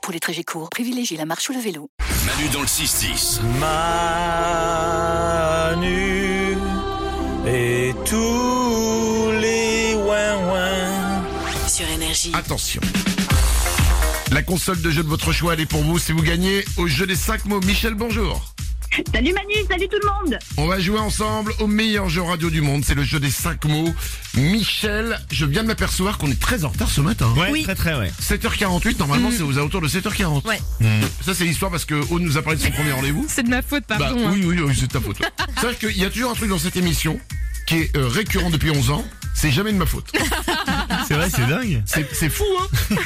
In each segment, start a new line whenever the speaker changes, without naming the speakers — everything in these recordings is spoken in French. Pour les trajets courts, privilégiez la marche ou le vélo.
Manu dans le 6-10.
Manu et tous les ouin-ouin.
Sur énergie.
Attention. La console de jeu de votre choix, elle est pour vous si vous gagnez au jeu des 5 mots. Michel, bonjour.
Salut Manu, salut tout le monde
On va jouer ensemble au meilleur jeu radio du monde. C'est le jeu des 5 mots. Michel, je viens de m'apercevoir qu'on est très en retard ce matin.
Ouais, très très ouais.
7h48, normalement c'est aux alentours de 7h40.
Mm. Ouais.
Mm. Ça c'est l'histoire parce que O nous a parlé de son premier rendez-vous.
C'est de ma faute,
Bah
pardon. hein.
oui, oui, oui, c'est ta faute. Sache qu'il y a toujours un truc dans cette émission qui est euh, récurrent depuis 11 ans. C'est jamais de ma faute.
C'est vrai, c'est dingue.
C'est c'est fou, hein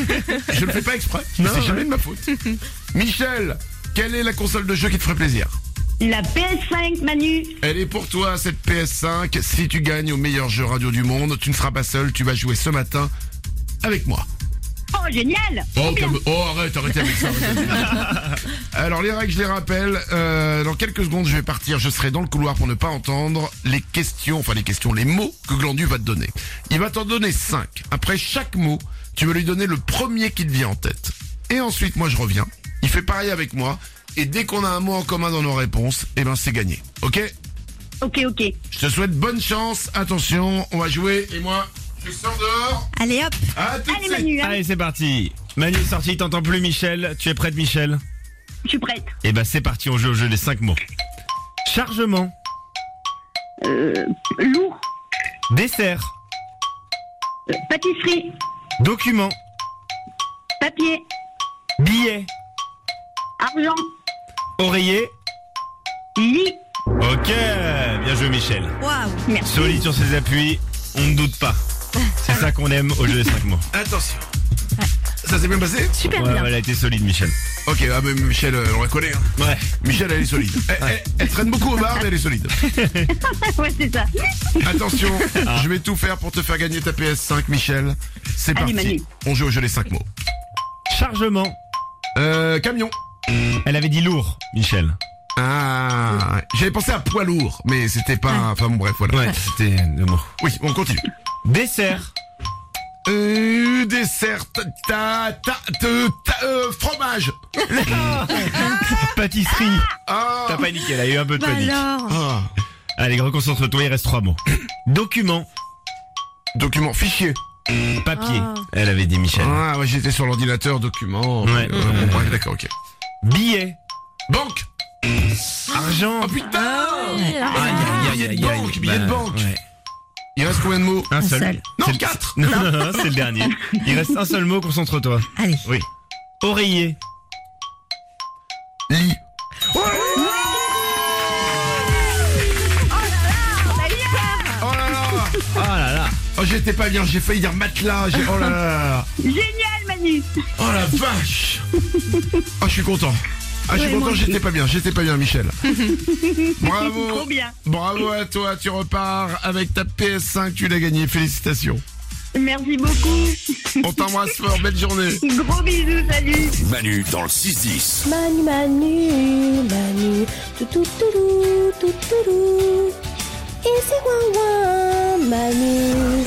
Je le fais pas exprès. mais C'est jamais de ma faute. Michel, quelle est la console de jeu qui te ferait plaisir
La PS5 Manu
Elle est pour toi, cette PS5. Si tu gagnes au meilleur jeu radio du monde, tu ne seras pas seul. Tu vas jouer ce matin avec moi.
Oh génial
Oh, comme- oh, arrête, arrête avec ça. arrête avec ça. Alors, les règles, je les rappelle. Euh, dans quelques secondes, je vais partir. Je serai dans le couloir pour ne pas entendre les questions, enfin les questions, les mots que Glandu va te donner. Il va t'en donner 5. Après chaque mot, tu vas lui donner le premier qui te vient en tête. Et ensuite, moi, je reviens. Il fait pareil avec moi. Et dès qu'on a un mot en commun dans nos réponses, eh ben, c'est gagné. Ok
Ok ok.
Je te souhaite bonne chance. Attention, on va jouer. Et moi, je sors dehors.
Allez hop,
À tout de
Allez
suite.
Manu, hein,
Allez, c'est parti. Manu est sorti, t'entends plus Michel. Tu es prête Michel
je suis prête.
Eh ben c'est parti, on joue au jeu des 5 mots. Chargement,
Euh, lourd,
dessert,
euh, pâtisserie,
document,
papier,
billet,
argent,
oreiller.
lit.
Ok, bien joué Michel.
waouh.
Merci.
Solide sur ses appuis, on ne doute pas. C'est ça qu'on aime au jeu des 5 mots.
Attention. Ça s'est bien passé
Super
Ouais, ouais,
bien.
elle a été solide Michel.
Ok, ah mais Michel, euh, on la connaît. Hein.
Ouais.
Michel, elle est solide. Elle, elle- elle traîne beaucoup au bar, mais elle est solide.
ouais c'est ça.
Attention, je vais tout faire pour te faire gagner ta PS5, Michel. C'est parti.
Allez, Manu.
On joue au jeu les 5 mots.
Chargement,
Euh, camion.
elle avait dit lourd Michel.
Ah, j'avais pensé à poids lourd, mais c'était pas.
Ah.
Enfin bon, bref, voilà.
c'était le mot.
Oui, on continue.
Dessert,
Euh, dessert, ta, ta, ta, ta- euh, fromage.
pâtisserie.
Ah,
T'as paniqué, elle a eu un peu de
Bah
panique.
alors,
ah.
Allez, reconcentre-toi, il reste trois mots. Document,
Document, fichier.
papier,
Ah.
elle avait dit Michel.
Ah, ouais, j'étais sur l'ordinateur, document.
Ouais.
Euh, bon, bref, d'accord, ok.
Billet,
Banque.
argent.
Oh putain.
Ah.
Aïe, aïe, aïe,
Billet de
aïe,
banque,
aïe.
billet de
Bah,
banque.
ouais.
Il reste combien de mots
Un seul.
seul.
Non,
C'est le-
quatre.
Non, non, non, c'est le dernier. Il reste un seul mot, concentre-toi.
allez.
Oui. Oreiller.
Lit. Oh là là
Oh là là.
Oh j'étais pas bien, j'ai failli dire matelas, j'ai... Oh là là là là.
Génial Manu.
Oh la vache Oh je suis content ah, je suis
Ouais, moi
content, j'étais pas bien, j'étais pas bien, Michel. Bravo,
Trop bien.
bravo à toi, tu repars avec ta PS5, tu l'as gagné, félicitations.
Merci beaucoup.
On t'embrasse fort, belle journée.
Gros bisous, salut.
Manu dans le 6-10.
Manu, Manu, Manu, tout tout tout tout tout tout tout. Et c'est ouin ouin, Manu.